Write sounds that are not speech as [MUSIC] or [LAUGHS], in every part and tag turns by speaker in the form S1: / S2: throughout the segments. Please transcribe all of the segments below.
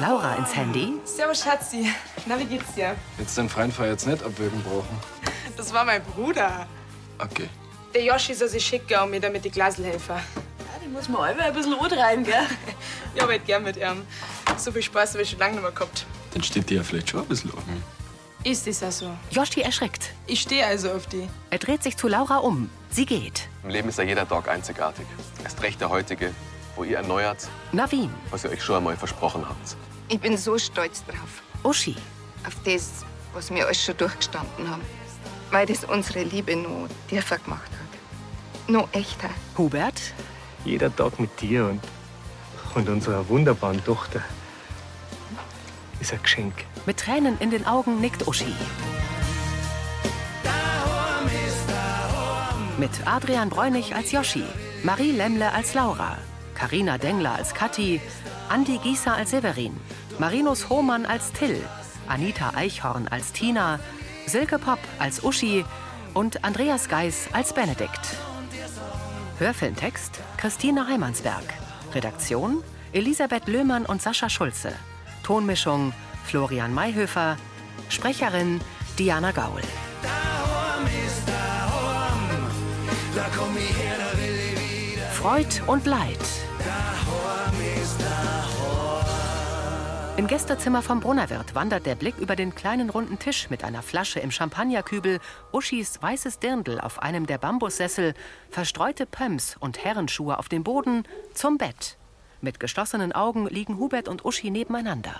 S1: Laura ins Handy.
S2: Servus, Schatzi. Na, wie geht's dir?
S3: Jetzt den freien Fall jetzt nicht abwürgen brauchen.
S2: Das war mein Bruder.
S3: Okay.
S2: Der Joshi soll sich schick gehen und mir damit die Glasel helfen.
S4: Den muss man immer ein bisschen antreiben, gell?
S2: Ich arbeite gern mit ihm. So viel Spaß habe ich schon lange nicht mehr gehabt.
S3: Dann steht die ja vielleicht schon ein bisschen auf mich.
S2: Ist das auch so?
S1: Joshi erschrickt.
S2: Ich stehe also auf die.
S1: Er dreht sich zu Laura um. Sie geht.
S5: Im Leben ist ja jeder Tag einzigartig. Erst recht der heutige, wo ihr erneuert,
S1: Navin.
S5: was ihr euch schon einmal versprochen habt.
S6: Ich bin so stolz drauf,
S1: Uschi.
S6: auf das, was wir alles schon durchgestanden haben. Weil das unsere Liebe noch tiefer gemacht hat. Noch echter.
S1: Hubert.
S7: Jeder Tag mit dir und, und unserer wunderbaren Tochter ist ein Geschenk.
S1: Mit Tränen in den Augen nickt Uschi. Mit Adrian Bräunig als Yoshi, Marie Lemmle als Laura, Karina Dengler als Kathi, Andi Gießer als Severin, Marinus Hohmann als Till, Anita Eichhorn als Tina, Silke Popp als Uschi und Andreas Geis als Benedikt. Hörfilmtext Christine Heimansberg. Redaktion Elisabeth Löhmann und Sascha Schulze. Tonmischung Florian Mayhöfer. Sprecherin Diana Gaul. Freud und Leid. Im Gästezimmer vom Brunnerwirt wandert der Blick über den kleinen runden Tisch mit einer Flasche im Champagnerkübel, Uschis weißes Dirndl auf einem der Bambussessel, verstreute Pumps und Herrenschuhe auf dem Boden zum Bett. Mit geschlossenen Augen liegen Hubert und Uschi nebeneinander.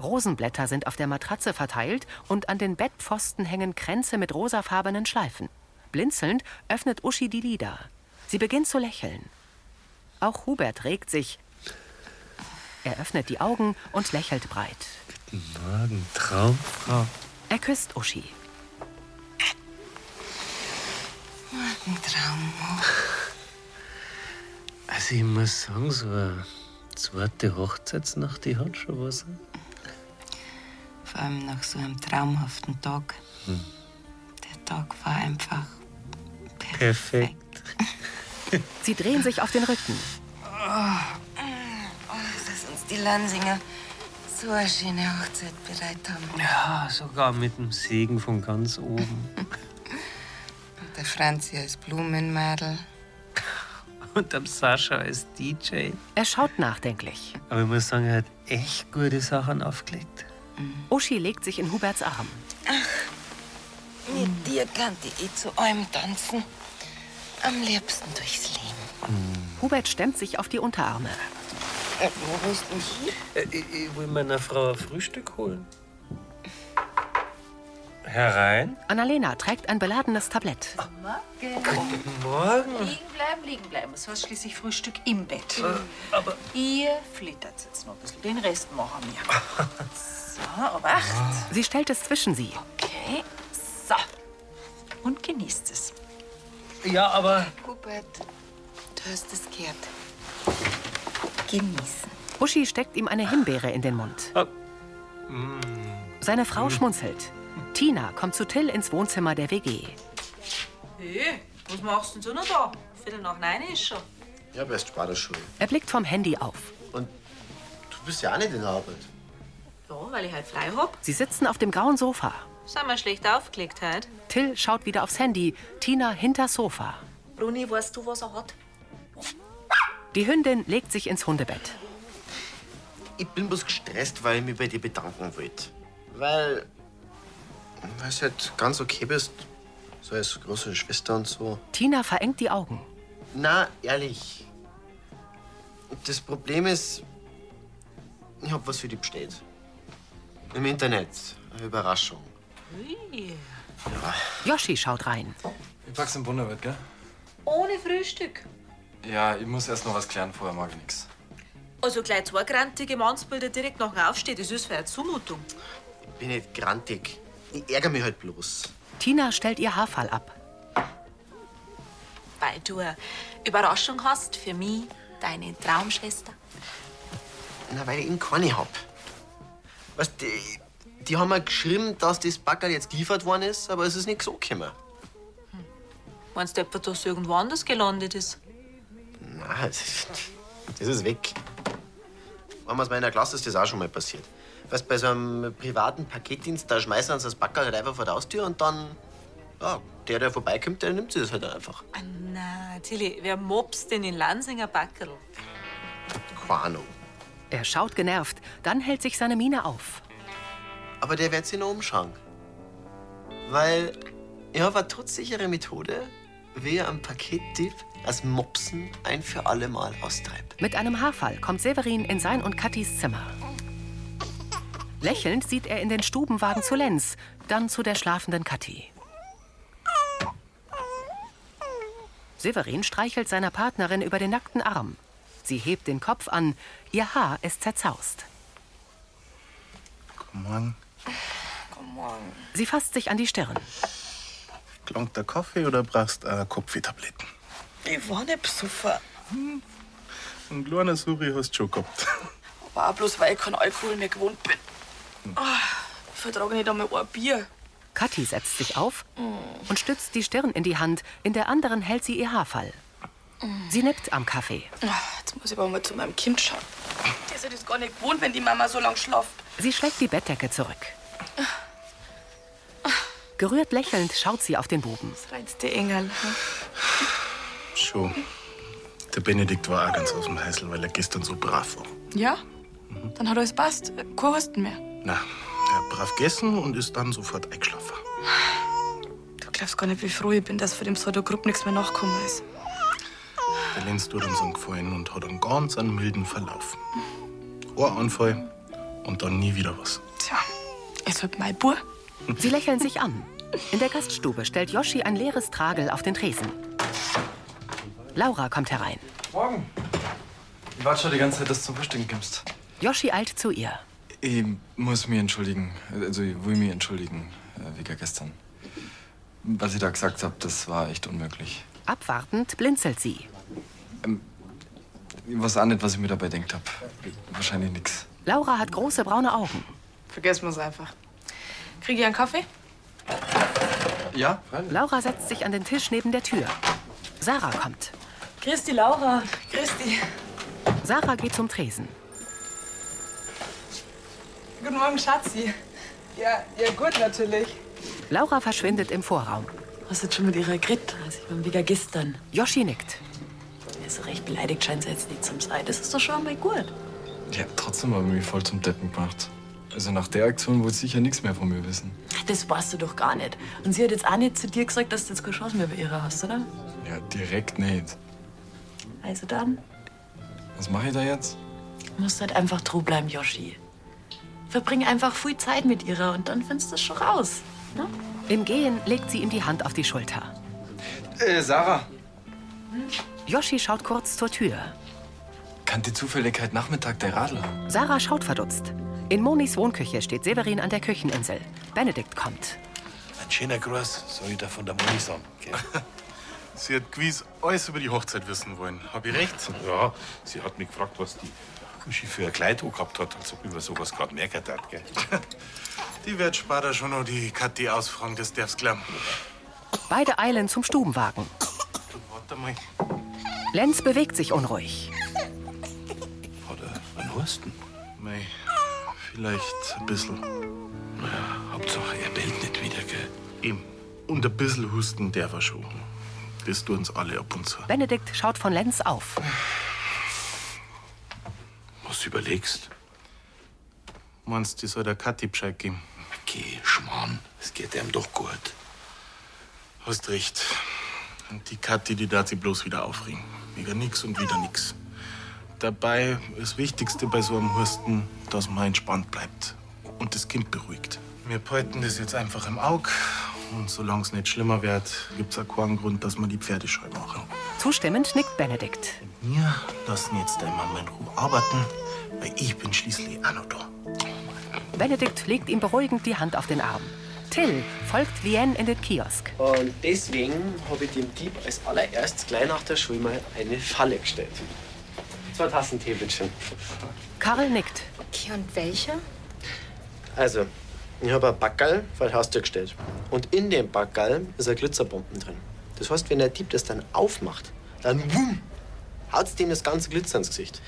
S1: Rosenblätter sind auf der Matratze verteilt und an den Bettpfosten hängen Kränze mit rosafarbenen Schleifen. Blinzelnd öffnet Uschi die Lider. Sie beginnt zu lächeln. Auch Hubert regt sich. Er öffnet die Augen und lächelt breit.
S7: Morgen, Traumfrau.
S1: Er küsst Uschi. Oh,
S7: Also ich muss sagen, so eine zweite Hochzeitsnacht, die hat schon was.
S8: Vor allem nach so einem traumhaften Tag.
S7: Hm.
S8: Der Tag war einfach.
S7: Perfekt.
S1: Sie drehen sich auf den Rücken.
S6: Oh,
S8: Dass uns die Lansinger so eine schöne Hochzeit bereit haben.
S7: Ja, sogar mit dem Segen von ganz oben. [LAUGHS]
S8: Und der Franzi als Blumenmädel.
S7: Und am Sascha als DJ.
S1: Er schaut nachdenklich.
S7: Aber ich muss sagen, er hat echt gute Sachen aufgelegt.
S1: Mhm. Uschi legt sich in Huberts Arm.
S8: Mit dir kann ich eh zu allem tanzen. Am liebsten durchs Leben.
S1: Hubert stemmt sich auf die Unterarme.
S8: Äh, wo bist du hier?
S7: Äh, ich, ich will meiner Frau ein Frühstück holen. Herein?
S1: Annalena trägt ein beladenes Tablett.
S7: Ah. Morgen?
S4: Liegen bleiben, liegen bleiben. Es war schließlich Frühstück im Bett. Ihr flittert jetzt noch ein bisschen. Den Rest machen wir. So, um acht.
S1: Sie stellt es zwischen sie.
S4: Okay. So. Und genießt es.
S7: Ja, aber
S6: Hubert,
S8: Du hast es gehört. Genießen.
S1: Uschi steckt ihm eine Himbeere in den Mund.
S7: Ah.
S1: Seine
S7: Mhm.
S1: Frau schmunzelt. Tina kommt zu Till ins Wohnzimmer der WG.
S4: Hey, was machst denn du noch da? Viertel nach neun ist schon.
S9: Ja, bist Spaderschule.
S1: Er blickt vom Handy auf.
S9: Du bist ja auch nicht in der Arbeit.
S4: Ja, weil ich halt frei hab.
S1: Sie sitzen auf dem grauen Sofa.
S4: Sind wir schlecht aufgelegt heute.
S1: Till schaut wieder aufs Handy, Tina hinters Sofa.
S4: Bruni, weißt du, was er hat?
S1: Die Hündin legt sich ins Hundebett.
S9: Ich bin bloß gestresst, weil ich mich bei dir bedanken wollte. Weil. Weil du halt ganz okay bist. So als große Schwester und so.
S1: Tina verengt die Augen.
S9: Na, ehrlich. Das Problem ist, ich hab was für dich bestellt. Im Internet. Eine Überraschung.
S1: Yoshi schaut rein.
S3: Ich pack's im Wunderwirt, gell?
S4: Ohne Frühstück.
S3: Ja, ich muss erst noch was klären, vorher mag ich nix.
S4: Also gleich zwei grantige Mannsbilder direkt nach dem Aufstehen, das ist für eine Zumutung.
S9: Ich bin nicht grantig. Ich ärgere mich halt bloß.
S1: Tina stellt ihr Haarfall ab.
S4: Weil du eine Überraschung hast für mich, deine Traumschwester.
S9: Na, weil ich eben keine hab. Weißt du, die, die haben mir geschrieben, dass das Backerl jetzt geliefert worden ist, aber es ist nicht so gekommen.
S4: Meinst du etwa, dass irgendwo anders gelandet ist?
S9: Na, das, das ist weg. Damals meiner Klasse ist das auch schon mal passiert. Weißt bei so einem privaten Paketdienst, da schmeißen sie das Backerl halt einfach vor der Haustür und dann. Ja, der, der vorbeikommt, der nimmt sich das halt einfach.
S4: Na, Tilly, wer mobst denn in Lansinger Backerl?
S9: Quano.
S1: Er schaut genervt, dann hält sich seine Miene auf.
S9: Aber der wird sich noch umschauen. Weil ich habe eine todssichere Methode, wie ich am Paketdieb als Mopsen ein für alle Mal austreibt.
S1: Mit einem Haarfall kommt Severin in sein und Katis Zimmer. Lächelnd sieht er in den Stubenwagen zu Lenz, dann zu der schlafenden Kathi. Severin streichelt seiner Partnerin über den nackten Arm. Sie hebt den Kopf an, ihr Haar ist zerzaust.
S10: Guten Morgen.
S1: Sie fasst sich an die Stirn.
S10: Klangt der Kaffee oder äh, brauchst du Kopftabletten?
S11: Ich war nicht besoffen. Hm,
S10: Ein kleiner Suri hast du schon gehabt.
S11: Aber auch bloß, weil ich keinen Alkohol mehr gewohnt bin.
S12: Hm.
S11: Ah, ich vertrage nicht einmal ein Bier.
S1: Kathi setzt sich auf und stützt die Stirn in die Hand, in der anderen hält sie ihr Haarfall. Sie nippt am Kaffee.
S11: Ah, Jetzt muss ich aber mal zu meinem Kind schauen. Der ist ja das gar nicht gewohnt, wenn die Mama so lange schlaft.
S1: Sie schlägt die Bettdecke zurück. Gerührt lächelnd schaut sie auf den Buben.
S11: Reinste Engel. hm?
S10: [LAUGHS] Schon. Der Benedikt war auch ganz aus dem Heißel, weil er gestern so brav war.
S11: Ja?
S12: Mhm.
S11: Dann hat alles passt. Äh, Kein Husten mehr.
S10: Na, er hat brav gegessen und ist dann sofort eingeschlafen.
S11: Du glaubst gar nicht, wie froh ich bin, dass von dem Pseudogrupp nichts mehr nachgekommen ist.
S10: Der Lenz tut uns einen Gefallen und hat einen ganz einen milden Verlauf. Ein Anfall und dann nie wieder was.
S11: Tja, ist halt mein Bub.
S1: Sie lächeln sich an. In der Gaststube stellt Yoshi ein leeres Tragel auf den Tresen. Laura kommt herein.
S3: Morgen. Ich warte schon die ganze Zeit, dass du zum Frühstück kommst.
S1: Yoshi eilt zu ihr.
S3: Ich muss mich entschuldigen. Also, ich will mich entschuldigen, äh, wegen gestern. Was ich da gesagt habe, das war echt unmöglich.
S1: Abwartend blinzelt sie.
S3: Ich weiß auch nicht, was ich mir dabei denkt habe. Wahrscheinlich nix.
S1: Laura hat große braune Augen.
S2: Vergessen wir es einfach.
S11: Krieg ich einen Kaffee?
S3: Ja?
S1: Laura setzt sich an den Tisch neben der Tür. Sarah Ah, kommt.
S11: Christi, Laura. Christi.
S1: Sarah geht zum Tresen.
S2: Guten Morgen, Schatzi. Ja, ja gut, natürlich.
S1: Laura verschwindet im Vorraum.
S12: Hast du jetzt schon mit ihrer geredet? Also ich bin wieder gestern.
S1: Yoshi nickt.
S12: Also recht beleidigt scheint sie jetzt nicht zum sein. Das ist doch schon mal gut.
S3: Ja, trotzdem habe ich mich voll zum Deppen gemacht. Also, nach der Aktion wollt ihr sicher nichts mehr von mir wissen.
S12: Das weißt du doch gar nicht. Und sie hat jetzt auch nicht zu dir gesagt, dass du jetzt keine Chance mehr bei ihrer hast, oder?
S3: Ja, direkt nicht.
S12: Also dann
S3: Was mache ich da jetzt?
S12: musst du halt einfach true bleiben, Yoshi. Verbring einfach viel Zeit mit ihrer und dann findest du es schon raus. Ne?
S1: Im Gehen legt sie ihm die Hand auf die Schulter.
S3: Äh, Sarah.
S1: Yoshi schaut kurz zur Tür.
S3: Kann die Zufälligkeit Nachmittag der Radl haben?
S1: Sarah schaut verdutzt. In Monis Wohnküche steht Severin an der Kücheninsel. Benedikt kommt.
S13: Ein schöner Gruß, soll ich da von der Moni sagen. Gell?
S10: [LAUGHS] Sie hat gewiss alles über die Hochzeit wissen wollen. Hab ich recht?
S13: Ja, sie hat mich gefragt, was die Uschi für ein Kleid angehabt hat, als ob ich mir sowas gerade merkt hat. Gell?
S10: [LAUGHS] Die wird später schon noch die Kathi ausfragen, das darf's glauben.
S1: Beide eilen zum Stubenwagen.
S10: Warte mal.
S1: Lenz bewegt sich unruhig.
S10: Wann hast du Mei, vielleicht ein bisschen. Naja, Hauptsache, er bellt nicht wieder, gell? Eben. Und ein bisschen husten der war schon. Das tun uns alle ab und zu.
S1: Benedikt schaut von Lenz auf.
S10: Was überlegst? Meinst du, die soll der Kathi Bescheid geben? Geh, Schmarrn. Es geht ihm doch gut. Hast recht. Und die Kathi, die darf sie bloß wieder aufregen. Wieder nix und wieder nix. Dabei ist das Wichtigste bei so einem Husten, dass man entspannt bleibt und das Kind beruhigt. Wir behalten das jetzt einfach im Auge. Und solange es nicht schlimmer wird, gibt's auch keinen Grund, dass man die Pferde scheu machen.
S1: Zustimmend nickt Benedikt.
S10: Wir lassen jetzt deine Mama in Ruhe arbeiten, weil ich bin schließlich auch noch da.
S1: Benedikt legt ihm beruhigend die Hand auf den Arm. Till folgt Lien in den Kiosk.
S14: Und deswegen habe ich dem Dieb als allererst gleich nach der Schule mal eine Falle gestellt. Zwei Tassen Tee, bitteschön.
S1: Karl nickt.
S15: Okay, und welche?
S14: Also, ich habe ein Backerl vor die Haustür gestellt. Und in dem Backerl ist ein Glitzerbomben drin. Das heißt, wenn der Dieb das dann aufmacht, dann wumm, haut's dem das ganze Glitzer ins Gesicht.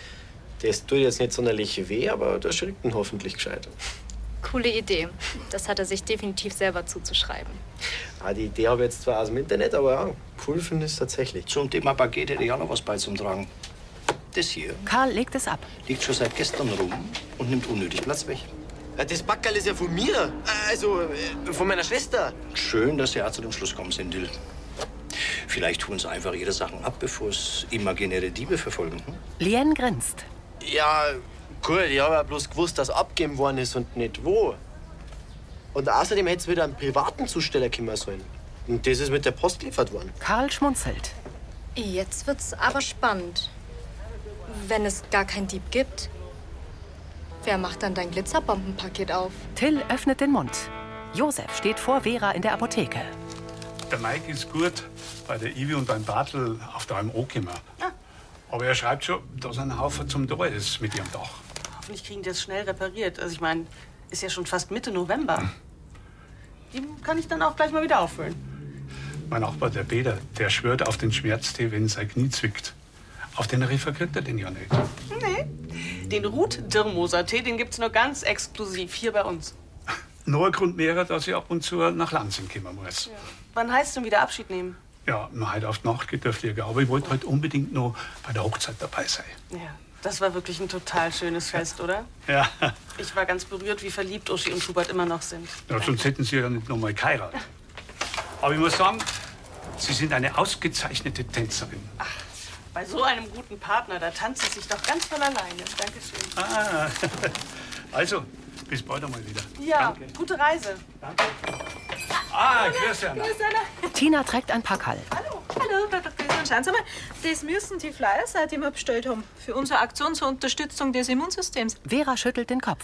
S14: Das tut jetzt nicht sonderlich weh, aber der schrinkt ihn hoffentlich gescheit.
S15: Coole Idee. Das hat er sich definitiv selber zuzuschreiben.
S14: Ah, die Idee habe ich jetzt zwar aus dem Internet, aber ja, cool finde ich es tatsächlich. Zum Thema Paket hätte ich auch noch was beizutragen.
S16: Das hier
S1: Karl legt es ab.
S16: liegt schon seit gestern rum und nimmt unnötig Platz weg.
S9: Das Backerl ist ja von mir. Also, äh, von meiner Schwester.
S16: Schön, dass Sie auch zu dem Schluss kommen sind, Dill. Vielleicht tun Sie einfach Ihre Sachen ab, bevor es imaginäre Diebe verfolgen. Hm?
S1: Lien grinst.
S9: Ja, cool. Ich habe ja bloß gewusst, dass abgeben worden ist und nicht wo. Und außerdem hätte es wieder einen privaten Zusteller kommen sollen. Und das ist mit der Post geliefert worden.
S1: Karl schmunzelt.
S15: Jetzt wird's aber spannend. Wenn es gar keinen Dieb gibt, wer macht dann dein Glitzerbombenpaket auf?
S1: Till öffnet den Mund. Josef steht vor Vera in der Apotheke.
S17: Der Mike ist gut bei der Ivi und beim Bartel auf der AMO gekommen. Aber er schreibt schon, dass ein Haufen zum Da ist mit ihrem Dach.
S18: Hoffentlich kriegen die das schnell repariert. Also ich meine, ist ja schon fast Mitte November. Die kann ich dann auch gleich mal wieder auffüllen.
S17: Mein Nachbar, der Peter, der schwört auf den Schmerztee, wenn sein Knie zwickt. Auf den Riffer kriegt er den ja nicht.
S18: Nee. Den Ruth-Dirmoser-Tee, den gibt's nur ganz exklusiv hier bei uns.
S17: Nur ein Grund mehr, dass ich ab und zu nach Lansing kommen muss.
S18: Wann heißt denn wieder Abschied nehmen?
S17: Ja, nur heute auf die Nacht gedürft ich, aber ich wollte heute unbedingt noch bei der Hochzeit dabei sein.
S18: Ja, das war wirklich ein total schönes Fest, oder?
S17: Ja, [LAUGHS]
S18: Ich war ganz berührt, wie verliebt Uschi und Schubert immer noch sind.
S17: ja sonst hätten sie ja nicht noch mal geheiratet. Aber ich muss sagen, sie sind eine ausgezeichnete Tänzerin.
S18: Bei so einem guten Partner, da tanzt es sich doch ganz von alleine. Dankeschön.
S17: Ah, [LAUGHS] also, bis bald einmal wieder.
S18: Ja, gute Reise.
S17: Ah, grüß Anna.
S19: Grüß Anna.
S1: Tina trägt ein Packerl.
S19: Hallo, Frau Dr. Gräser. Schauen Sie mal, das müssen die Flyer sein, die wir bestellt haben. Für unsere Aktion zur Unterstützung des Immunsystems.
S1: Vera schüttelt den Kopf.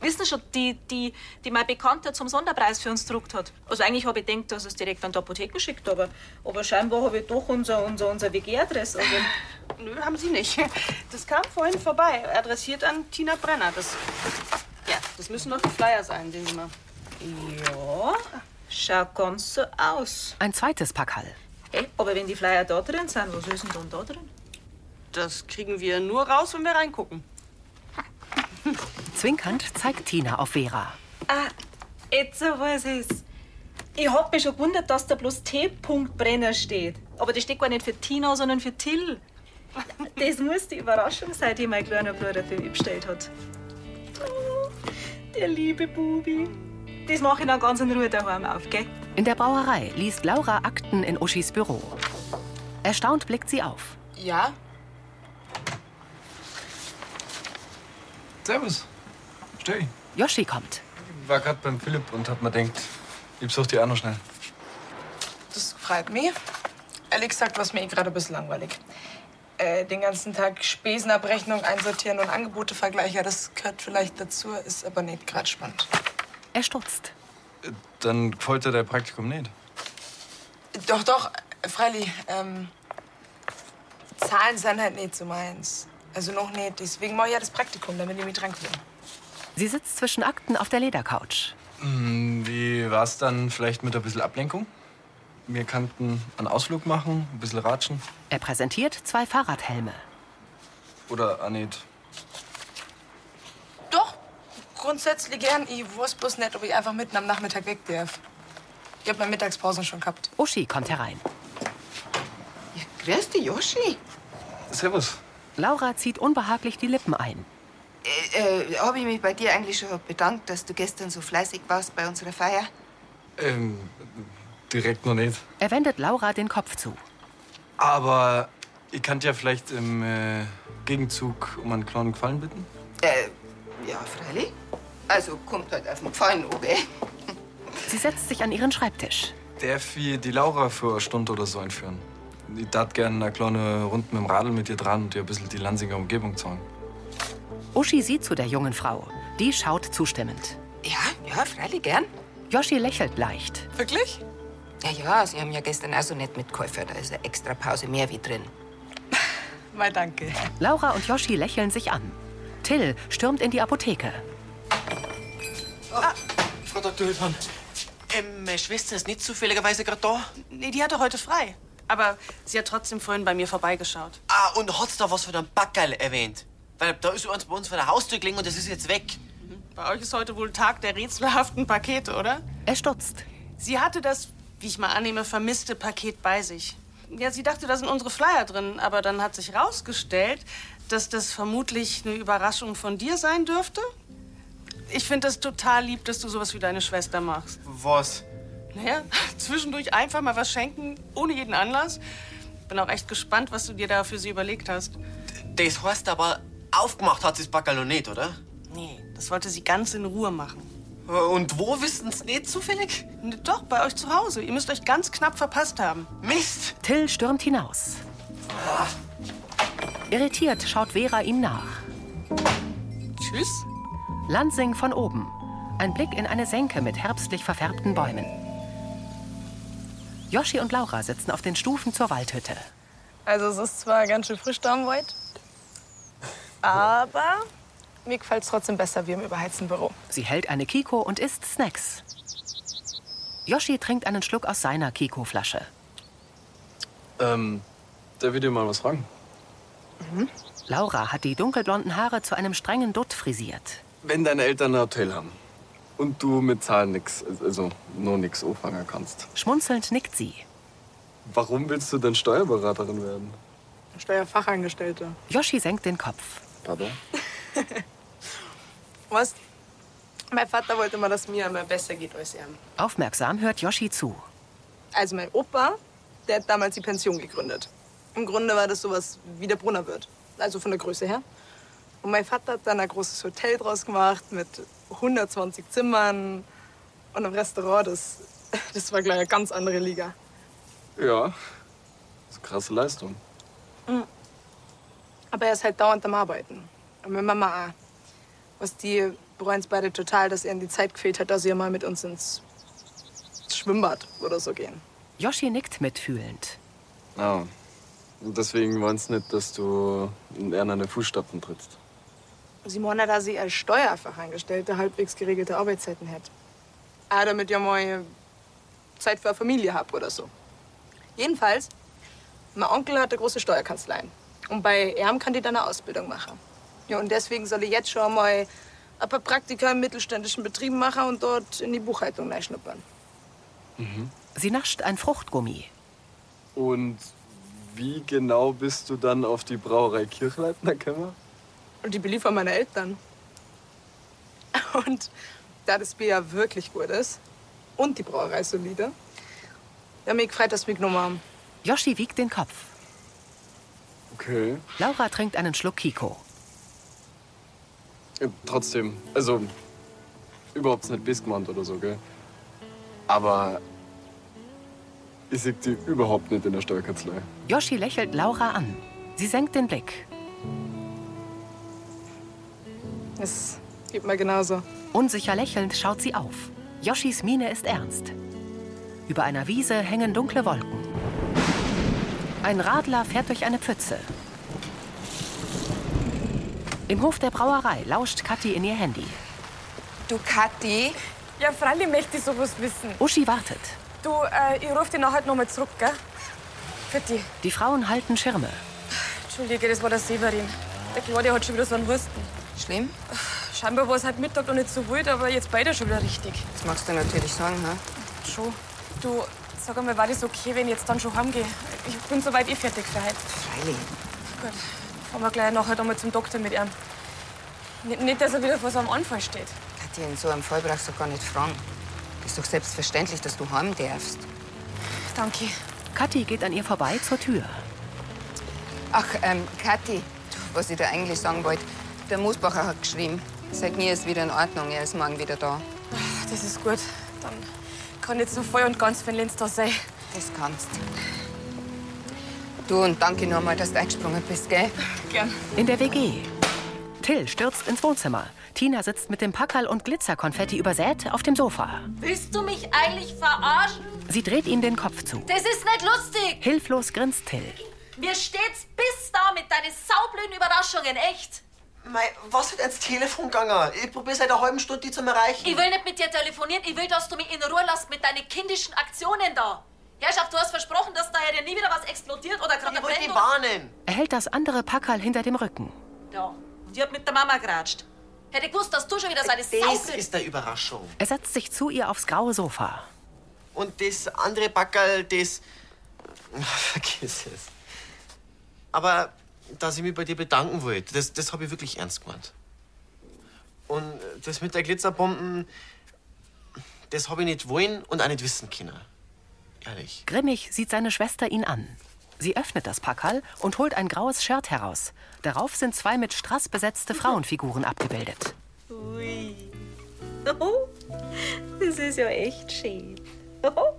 S19: Wissen Sie schon, die, die, die mein Bekannter zum Sonderpreis für uns gedruckt hat. Also eigentlich habe ich gedacht, dass er es direkt an die Apotheken schickt, aber, aber scheinbar habe ich doch unser, unser, unser Also, WG-Adresse.
S18: [LAUGHS] Nö, haben Sie nicht. Das kam vorhin vorbei, adressiert an Tina Brenner. Das, ja, das müssen doch die Flyer sein, sehen Sie mal.
S19: Ja, schaut ganz so aus.
S1: Ein zweites Packerl.
S19: Hey, aber wenn die Flyer da drin sind, was ist denn dann da drin?
S18: Das kriegen wir nur raus, wenn wir reingucken.
S1: Zwinkernd zeigt Tina auf Vera.
S19: Ah, jetzt weiß ich's. Ich hab mich schon gewundert, dass da bloß T-Punkt-Brenner steht. Aber das steht gar nicht für Tina, sondern für Till. Das muss die Überraschung sein, die mein kleiner Bruder für mich bestellt hat. Oh, der liebe Bubi. Das mache ich dann ganz in Ruhe daheim auf, gell?
S1: In der Brauerei liest Laura Akten in Uschis Büro. Erstaunt blickt sie auf.
S11: Ja?
S3: Servus. Stell dich.
S1: Yoshi kommt.
S3: Ich war gerade beim Philipp und hab mir denkt, ich besuch die auch noch schnell.
S2: Das freut mich. Ehrlich gesagt, was mir eh gerade ein bisschen langweilig. Äh, den ganzen Tag Spesenabrechnung einsortieren und Angebote vergleichen, das gehört vielleicht dazu, ist aber nicht gerade spannend.
S1: Er stutzt.
S3: Dann gefällt dir dein Praktikum nicht.
S2: Doch, doch, äh, freilich. Ähm, Zahlen sind halt nicht so meins. Also noch nicht. Deswegen mache ich ja das Praktikum, damit ich mich dran gewöhne.
S1: Sie sitzt zwischen Akten auf der Ledercouch.
S3: Hm, Wie war's dann vielleicht mit ein bisschen Ablenkung? Wir könnten einen Ausflug machen, ein bisschen ratschen.
S1: Er präsentiert zwei Fahrradhelme.
S3: Oder auch nicht.
S2: Doch, grundsätzlich gern. Ich weiß bloß nicht, ob ich einfach mitten am Nachmittag weg darf. Ich hab meine Mittagspausen schon gehabt.
S1: Uschi kommt herein.
S6: Grüß dich, Joschi.
S3: Servus.
S1: Laura zieht unbehaglich die Lippen ein.
S6: Äh, äh, habe ich mich bei dir eigentlich schon bedankt, dass du gestern so fleißig warst bei unserer Feier?
S3: Ähm, direkt noch nicht.
S1: Er wendet Laura den Kopf zu.
S3: Aber ihr könnt ja vielleicht im äh, Gegenzug um einen kleinen Gefallen bitten.
S6: Äh, ja, freilich. Also kommt halt auf den Gefallen an, gell?
S1: Sie setzt sich an ihren Schreibtisch.
S3: Darf ich die Laura für eine Stunde oder so einführen? Ich tat gerne eine kleine Runde mit dem Radl mit dir dran und dir ein bisschen die Lansinger Umgebung zeigen.
S1: Uschi sieht zu der jungen Frau. Die schaut zustimmend.
S8: Ja, ja, freilich gern.
S1: Yoshi lächelt leicht.
S8: Wirklich? Ja, ja, Sie haben ja gestern auch so nett mitgeholfen. Da ist eine extra Pause mehr wie drin.
S2: Mal danke.
S1: Laura und Yoshi lächeln sich an. Till stürmt in die Apotheke.
S9: Frau Dr. Hülsmann.
S18: Ähm, meine Schwester ist nicht zufälligerweise gerade da? Nee, die hatte heute frei. Aber sie hat trotzdem vorhin bei mir vorbeigeschaut.
S9: Ah, und hat's da was von dem Backerl erwähnt?
S20: Weil da ist uns bei uns vor der Haustür gelegen und das ist jetzt weg.
S18: Mhm. Bei euch ist heute wohl Tag der rätselhaften Pakete, oder?
S1: Er stutzt.
S18: Sie hatte das, wie ich mal annehme, vermisste Paket bei sich. Ja, sie dachte, da sind unsere Flyer drin, aber dann hat sich rausgestellt, dass das vermutlich eine Überraschung von dir sein dürfte. Ich finde das total lieb, dass du sowas wie deine Schwester machst.
S20: Was?
S18: Naja, [LAUGHS] zwischendurch einfach mal was schenken, ohne jeden Anlass. Bin auch echt gespannt, was du dir da für sie überlegt hast.
S20: Das heißt aber, aufgemacht hat sie das Backerl noch nicht, oder?
S18: Nee, das wollte sie ganz in Ruhe machen.
S20: Äh, Und wo wissen's nicht zufällig?
S18: Doch, bei euch zu Hause. Ihr müsst euch ganz knapp verpasst haben.
S20: Mist!
S1: Till stürmt hinaus. Irritiert schaut Vera ihm nach.
S18: Tschüss.
S1: Lansing von oben. Ein Blick in eine Senke mit herbstlich verfärbten Bäumen. Joschi und Laura sitzen auf den Stufen zur Waldhütte.
S2: Also es ist zwar ganz schön frisch da am Wald, aber mir gefällt es trotzdem besser wie im überheizten Büro.
S1: Sie hält eine Kiko und isst Snacks. Joschi trinkt einen Schluck aus seiner Kiko-Flasche.
S3: Ähm, da will dir mal was fragen. Mhm.
S1: Laura hat die dunkelblonden Haare zu einem strengen Dutt frisiert.
S3: Wenn deine Eltern ein Hotel haben und du mit Zahlen nix, also nur nix anfangen kannst,
S1: Schmunzelnd nickt sie.
S3: warum willst du denn Steuerberaterin werden?
S2: Steuerfachangestellte.
S1: Joschi senkt den Kopf.
S3: Pardon?
S2: Was? Mein Vater wollte immer, dass mir immer besser geht als ihm.
S1: Aufmerksam hört Joschi zu.
S2: Also mein Opa, der hat damals die Pension gegründet. Im Grunde war das sowas wie der Brunnerwirt, also von der Größe her. Und mein Vater hat dann ein großes Hotel draus gemacht mit 120 Zimmern und einem Restaurant. Das, [LAUGHS] das war gleich eine ganz andere Liga.
S3: Ja, das ist eine krasse Leistung.
S2: Aber er ist halt dauernd am Arbeiten. Und meine Mama auch. Was die bereuen es beide total, dass ihnen die Zeit gefehlt hat, dass sie mal mit uns ins Schwimmbad oder so gehen.
S1: Joschi nickt mitfühlend.
S3: Ah, und deswegen wollen sie nicht, dass du in einer Fußstapfen trittst.
S2: Simona, da sie als Steuerfachangestellte halbwegs geregelte Arbeitszeiten hat. Ah, damit ihr mal Zeit für eine Familie habt oder so. Jedenfalls, mein Onkel hat eine große Steuerkanzlei. Und bei ihm kann die dann eine Ausbildung machen. Ja, und deswegen soll ich jetzt schon mal ein paar Praktika in mittelständischen Betrieben machen und dort in die Buchhaltung reinschnuppern.
S3: Mhm.
S1: Sie nascht ein Fruchtgummi.
S3: Und wie genau bist du dann auf die Brauerei Kirchleitner gekommen?
S2: Und die beliefern meine Eltern. Und da das Bier ja wirklich gut ist und die Brauerei solide, ja, mich gefreut, dass sie mich genommen haben.
S1: Joschi wiegt den Kopf.
S3: Okay.
S1: Laura trinkt einen Schluck Kiko.
S3: Ja, trotzdem, also überhaupt nicht best gemeint oder so, gell? Aber ich sehe die überhaupt nicht in der Steuerkanzlei.
S1: Joschi lächelt Laura an. Sie senkt den Blick.
S2: Es geht mir genauso.
S1: Unsicher lächelnd schaut sie auf. Joschis Miene ist ernst. Über einer Wiese hängen dunkle Wolken. Ein Radler fährt durch eine Pfütze. Im Hof der Brauerei lauscht Kathi in ihr Handy.
S21: Du, Kathi? Ja, freilich möchte ich sowas wissen.
S1: Uschi wartet.
S21: Du, äh, ich rufe dich nachher noch mal zurück, gell? Für dich.
S1: Die Frauen halten Schirme.
S21: Entschuldige, das war der Severin. Der Claudia hat schon wieder so einen Husten.
S8: Schlimm?
S21: Scheinbar war es heute Mittag noch nicht so wild, aber jetzt beide schon wieder richtig.
S8: Das magst du natürlich sagen, ne?
S21: Schon. Du, sag einmal, war das okay, wenn ich jetzt dann schon heimgehe? Ich bin soweit eh fertig für heute.
S8: Freilich.
S21: Gut, fahren wir gleich nachher halt noch mal zum Doktor mit ihm. Nicht, nicht, dass er wieder vor so einem Anfall steht.
S8: Kathi, in so einem Fall brauchst du gar nicht fragen. Ist doch selbstverständlich, dass du heim darfst.
S21: Danke.
S1: Kathi geht an ihr vorbei zur Tür.
S8: Ach, ähm, Kathi, du, was ich dir eigentlich sagen wollte. Der Moosbacher hat geschrieben, seit mir ist wieder in Ordnung, er ist morgen wieder da.
S21: Ach, Ah, Das ist gut. Dann kann ich so voll und ganz für den Lenz da sein.
S8: Das kannst. Du und danke nochmal, dass du eingesprungen bist, gell?
S21: Gern.
S1: In der WG. Till stürzt ins Wohnzimmer. Tina sitzt mit dem Packerl und Glitzerkonfetti übersät auf dem Sofa.
S22: Willst du mich eigentlich verarschen?
S1: Sie dreht ihm den Kopf zu.
S22: Das ist nicht lustig.
S1: Hilflos grinst Till.
S22: Mir steht's bis da mit deinen saublöden Überraschungen, echt.
S9: Mei, was wird ans Telefon gegangen? Ich probiere seit einer halben Stunde, die zu erreichen.
S22: Ich will nicht mit dir telefonieren. Ich will, dass du mich in Ruhe lässt mit deinen kindischen Aktionen da. Herrschaft, du hast versprochen, dass daher dir nie wieder was explodiert oder gerade
S9: Ich wollte
S22: Brennung-
S9: warnen.
S1: Er hält das andere Packerl hinter dem Rücken.
S22: Ja, Und ich hab mit der Mama geratscht. Hätte ich gewusst, dass du schon wieder seine
S9: Das
S22: Sau
S9: ist eine Überraschung.
S1: Er setzt sich zu ihr aufs graue Sofa.
S9: Und das andere Backerl, das. Ah, [LAUGHS] Vergiss es. Aber dass ich mich bei dir bedanken wollte, das, das habe ich wirklich ernst gemeint. Und das mit der Glitzerbomben, das habe ich nicht wollen und auch nicht wissen können. Ehrlich.
S1: Grimmig sieht seine Schwester ihn an. Sie öffnet das Packerl und holt ein graues Shirt heraus. Darauf sind zwei mit Strass besetzte Frauenfiguren abgebildet.
S19: Ui. Oh, das ist ja echt schön. Oh,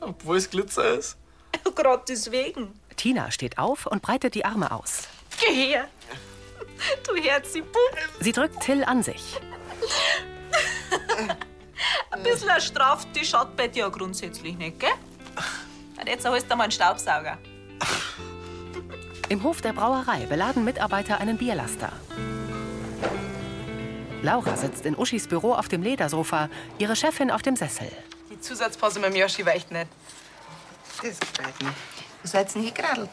S9: Obwohl es Glitzer ist. Oh
S19: gerade deswegen.
S1: Tina steht auf und breitet die Arme aus.
S19: Geh her. Du Herzibub.
S1: Sie drückt Till an sich.
S4: Ein bisschen ein Straftisch hat bei dir ja grundsätzlich nicht, gell? Und jetzt holst du mal einen Staubsauger.
S1: Im Hof der Brauerei beladen Mitarbeiter einen Bierlaster. Laura sitzt in Uschis Büro auf dem Ledersofa, ihre Chefin auf dem Sessel.
S2: Die Zusatzpause mit dem Yoshi war echt nett.
S8: Das gefällt mir. Wo seid ihr hingeradelt?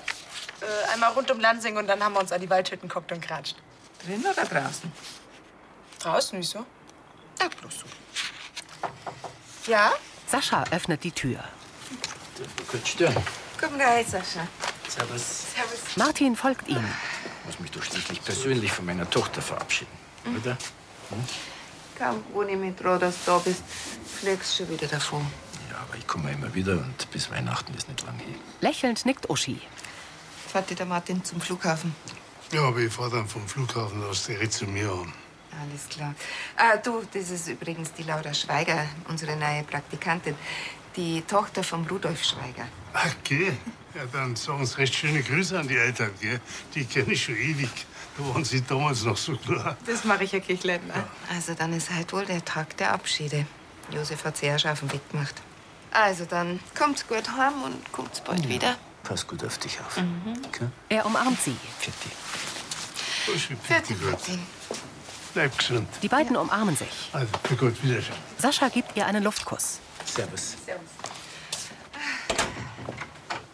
S2: Äh, einmal rund um Lansing und dann haben wir uns an die Waldhütten geguckt und geratscht.
S8: Drin oder draußen?
S2: Draußen, wieso?
S8: Da bloß so.
S2: Ja?
S1: Sascha öffnet die Tür.
S13: Könnt stören.
S8: Komm rein, Sascha.
S13: Servus.
S1: Martin folgt ihm.
S13: muss mich doch schließlich persönlich von meiner Tochter verabschieden. Hm? Oder?
S8: Kaum ohne mit Rot, dass du da bist, fliegst schon wieder davon.
S13: Aber ich komme immer wieder und bis Weihnachten ist nicht lang hin.
S1: Lächelnd nickt Uschi.
S8: Fährt dir der Martin zum Flughafen?
S5: Ja, aber ich fahre dann vom Flughafen aus direkt zu mir um. an.
S8: Alles klar. Ah, du, das ist übrigens die Laura Schweiger, unsere neue Praktikantin. Die Tochter vom Rudolf Schweiger.
S5: Ach, geh. Ja, dann sagen Sie recht schöne Grüße an die Eltern, gell? Die kenne ich schon ewig. Da waren Sie damals noch so klar.
S8: Das mache ich ja Kichleitner. Also dann ist halt wohl der Tag der Abschiede. Josef hat sich ja schon auf den Weg gemacht. Also dann kommt gut heim und kommt
S7: Hm.
S8: bald wieder.
S13: Pass gut auf dich auf.
S2: Mhm.
S1: Er umarmt sie.
S5: Fertig, Martin. Bleib gesund.
S1: Die beiden umarmen sich.
S5: Also, für Gott, wiederschauen.
S1: Sascha gibt ihr einen Luftkuss.
S13: Servus.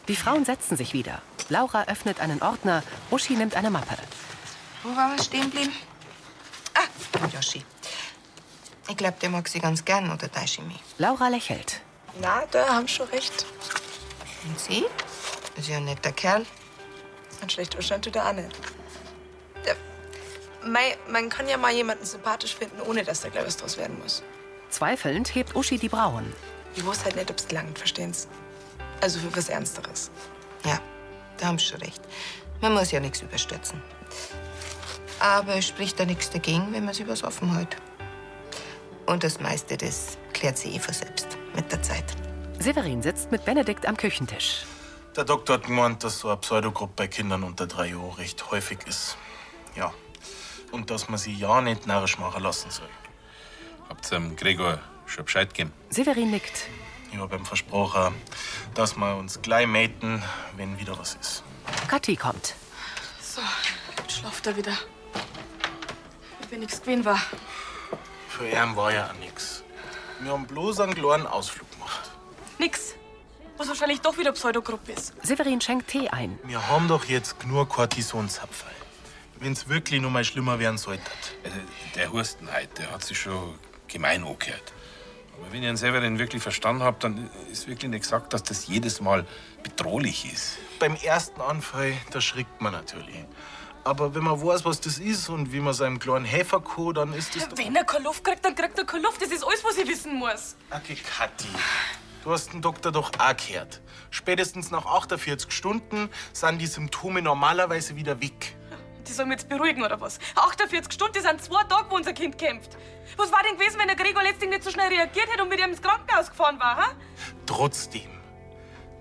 S1: Die Frauen setzen sich wieder. Laura öffnet einen Ordner, Uschi nimmt eine Mappe.
S8: Wo waren wir stehen geblieben? Ah, beim Yoshi. Ich glaube, der mag sie ganz gern, oder Daishimi?
S1: Laura lächelt.
S2: Na, da haben schon recht.
S8: Und sie? Ist ja ein netter Kerl.
S2: Ein schlechter Stand tut er auch nicht. Der, mei, man kann ja mal jemanden sympathisch finden, ohne dass da gleich was draus werden muss.
S1: Zweifelnd hebt Uschi die Brauen.
S2: Ich wusste halt nicht, ob's langt, verstehen's? Also für was Ernsteres.
S8: Ja, da haben sie schon recht. Man muss ja nichts überstürzen. Aber es spricht da nichts dagegen, wenn man es übers Offen hält. Und das meiste, das klärt sie eh von selbst mit der Zeit.
S1: Severin sitzt mit Benedikt am Küchentisch.
S10: Der Doktor hat gemeint, dass so eine Pseudogruppe bei Kindern unter drei Jahren recht häufig ist. Ja. Und dass man sie ja nicht narrisch machen lassen soll.
S13: Habt ihr dem Gregor schon Bescheid gegeben?
S1: Severin nickt.
S10: Ich hab ihm versprochen, dass wir uns gleich maten, wenn wieder was ist.
S1: Kathi kommt.
S11: So, jetzt schlaft er wieder. Wie wenigstens gewesen war.
S10: Für ihn war ja auch nix. Wir haben bloß einen kleinen Ausflug gemacht.
S11: Nix. Was wahrscheinlich doch wieder Pseudogruppe ist.
S1: Severin schenkt Tee ein.
S10: Wir haben doch jetzt nur Cortisonzapfel. Wenn's wirklich noch mal schlimmer werden sollte.
S13: Also, Der Hurstenheit, der hat sich schon gemein angehört. Aber wenn ich den Severin wirklich verstanden habe, dann ist wirklich nicht gesagt, dass das jedes Mal bedrohlich ist.
S10: Beim ersten Anfall, da schrickt man natürlich. Aber wenn man weiß, was das ist und wie man seinem kleinen Helfer kann, dann ist das doch...
S11: Wenn er keine Luft kriegt, dann kriegt er keine Luft. Das ist alles, was ich wissen muss.
S10: Okay, Kathi. Du hast den Doktor doch auch gehört. Spätestens nach 48 Stunden sind die Symptome normalerweise wieder weg.
S11: Die sollen mich jetzt beruhigen, oder was? 48 Stunden sind zwei Tage, wo unser Kind kämpft. Was war denn gewesen, wenn der Gregor letztlich nicht so schnell reagiert hätte und mit ihm ins Krankenhaus gefahren war, ha?
S10: Trotzdem,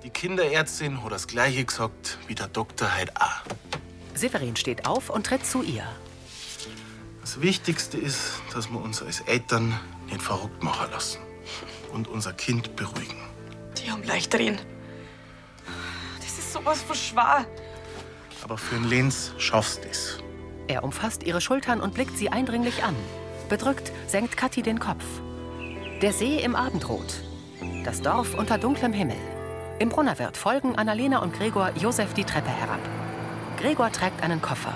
S10: die Kinderärztin hat das Gleiche gesagt wie der Doktor halt auch.
S1: Severin steht auf und tritt zu ihr.
S10: Das Wichtigste ist, dass wir uns als Eltern nicht verrückt machen lassen und unser Kind beruhigen.
S11: Die haben leicht reden. Das ist sowas von schwer.
S10: Aber für den Lenz schaffst du es.
S1: Er umfasst ihre Schultern und blickt sie eindringlich an. Bedrückt senkt Kathi den Kopf. Der See im Abendrot. Das Dorf unter dunklem Himmel. Im Brunnerwirt folgen Annalena und Gregor Josef die Treppe herab. Gregor trägt einen Koffer.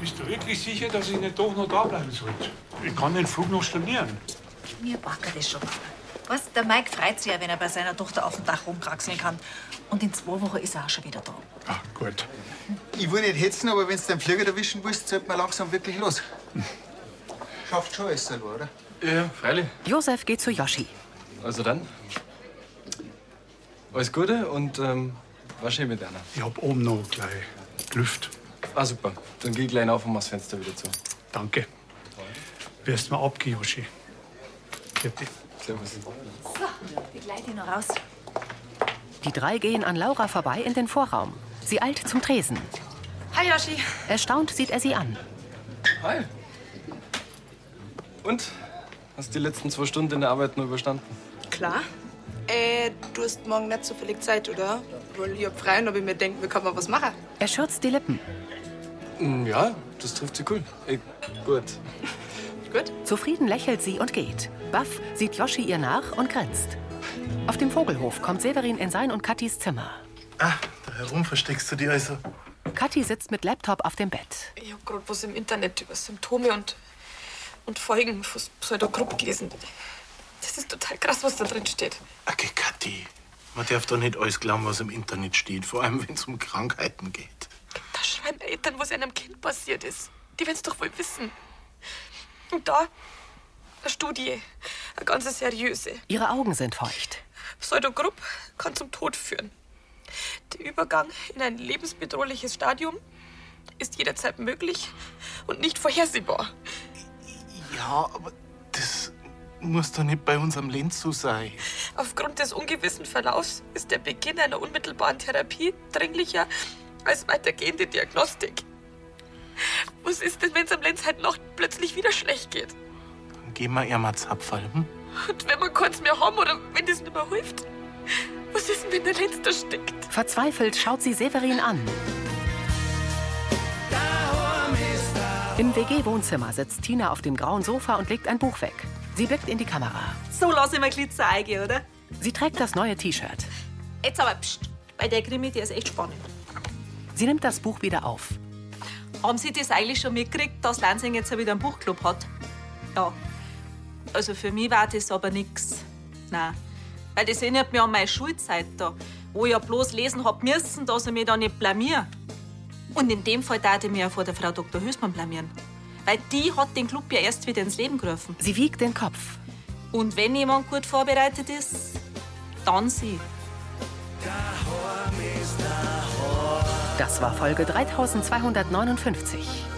S17: Bist du wirklich sicher, dass ich nicht doch noch da bleiben sollte? Ich kann den Flug noch stornieren.
S4: Mir packen das schon. Was? Der Mike freut sich ja, wenn er bei seiner Tochter auf dem Dach rumkraxeln kann. Und in zwei Wochen ist er auch schon wieder da.
S17: Gut.
S7: Ich will nicht hetzen, aber wenn du den Flieger erwischen willst, sollte man langsam wirklich los. Schafft schon alles selber, oder?
S3: Ja, freilich.
S1: Josef geht zu Yoshi.
S3: Also dann. Alles Gute und ähm, war schön mit Anna.
S17: Ich hab oben noch gleich Lüft.
S3: Ah, super. Dann geh ich gleich auf und mach das Fenster wieder zu.
S17: Danke. Wirst mir abgehen, Yoshi. Bitte.
S3: Servus.
S4: So, begleite ihn noch raus.
S1: Die drei gehen an Laura vorbei in den Vorraum. Sie eilt zum Tresen.
S11: Hi, Yoshi.
S1: Erstaunt sieht er sie an.
S3: Hi. Und? Hast die letzten zwei Stunden in der Arbeit nur überstanden?
S2: Klar. Äh, du hast morgen nicht so viel Zeit, oder? Weil ich hab frei und ob ich mir denke, wir können mal was machen.
S1: Er schürzt die Lippen.
S3: Mm, Ja, das trifft sie cool. Ey, gut.
S1: Zufrieden lächelt sie und geht. Buff sieht Yoshi ihr nach und grinst. Auf dem Vogelhof kommt Severin in sein und Katis Zimmer.
S10: Ah, Da herum versteckst du die also.
S1: Kathi sitzt mit Laptop auf dem Bett.
S21: Ich hab gerade was im Internet über Symptome und, und Folgen von Pseudogrupp gelesen. Das ist total krass, was da drin steht.
S10: Kathi, man darf doch nicht alles glauben, was im Internet steht. Vor allem, wenn es um Krankheiten geht.
S21: Da schreiben Eltern, was einem Kind passiert ist. Die wollen's doch wohl wissen. Und da eine Studie, eine ganz seriöse.
S1: Ihre Augen sind feucht.
S21: Pseudogrupp kann zum Tod führen. Der Übergang in ein lebensbedrohliches Stadium ist jederzeit möglich und nicht vorhersehbar.
S10: Ja, aber das muss doch nicht bei uns am Lenz so sein.
S21: Aufgrund des ungewissen Verlaufs ist der Beginn einer unmittelbaren Therapie dringlicher als weitergehende Diagnostik. Was ist denn, wenn es am Lenz halt noch plötzlich wieder schlecht geht?
S10: Dann gehen wir ihr mal Zapferl, hm?
S21: Und wenn man kurz mehr haben oder wenn das nicht mehr hilft? Was ist denn, wenn der Lenz da steckt?
S1: Verzweifelt schaut sie Severin an. Im WG-Wohnzimmer sitzt Tina auf dem grauen Sofa und legt ein Buch weg. Sie blickt in die Kamera.
S19: So lass ich mir Glitzer eingehen, oder?
S1: Sie trägt das neue T-Shirt.
S19: Jetzt aber, pst, bei der Krimi, die ist echt spannend.
S1: Sie nimmt das Buch wieder auf.
S19: Haben Sie das eigentlich schon mitgekriegt, dass Lansing jetzt wieder einen Buchclub hat? Ja. Also für mich war das aber nix. Nein. Weil das erinnert mich an meine Schulzeit da, wo ich ja bloß lesen hab müssen, dass ich mich da nicht blamier. Und in dem Fall darf ich mich ja vor der Frau Dr. Hülsmann blamieren. Weil die hat den Club ja erst wieder ins Leben gerufen.
S1: Sie wiegt den Kopf.
S19: Und wenn jemand gut vorbereitet ist, dann sie.
S1: Das war Folge 3259.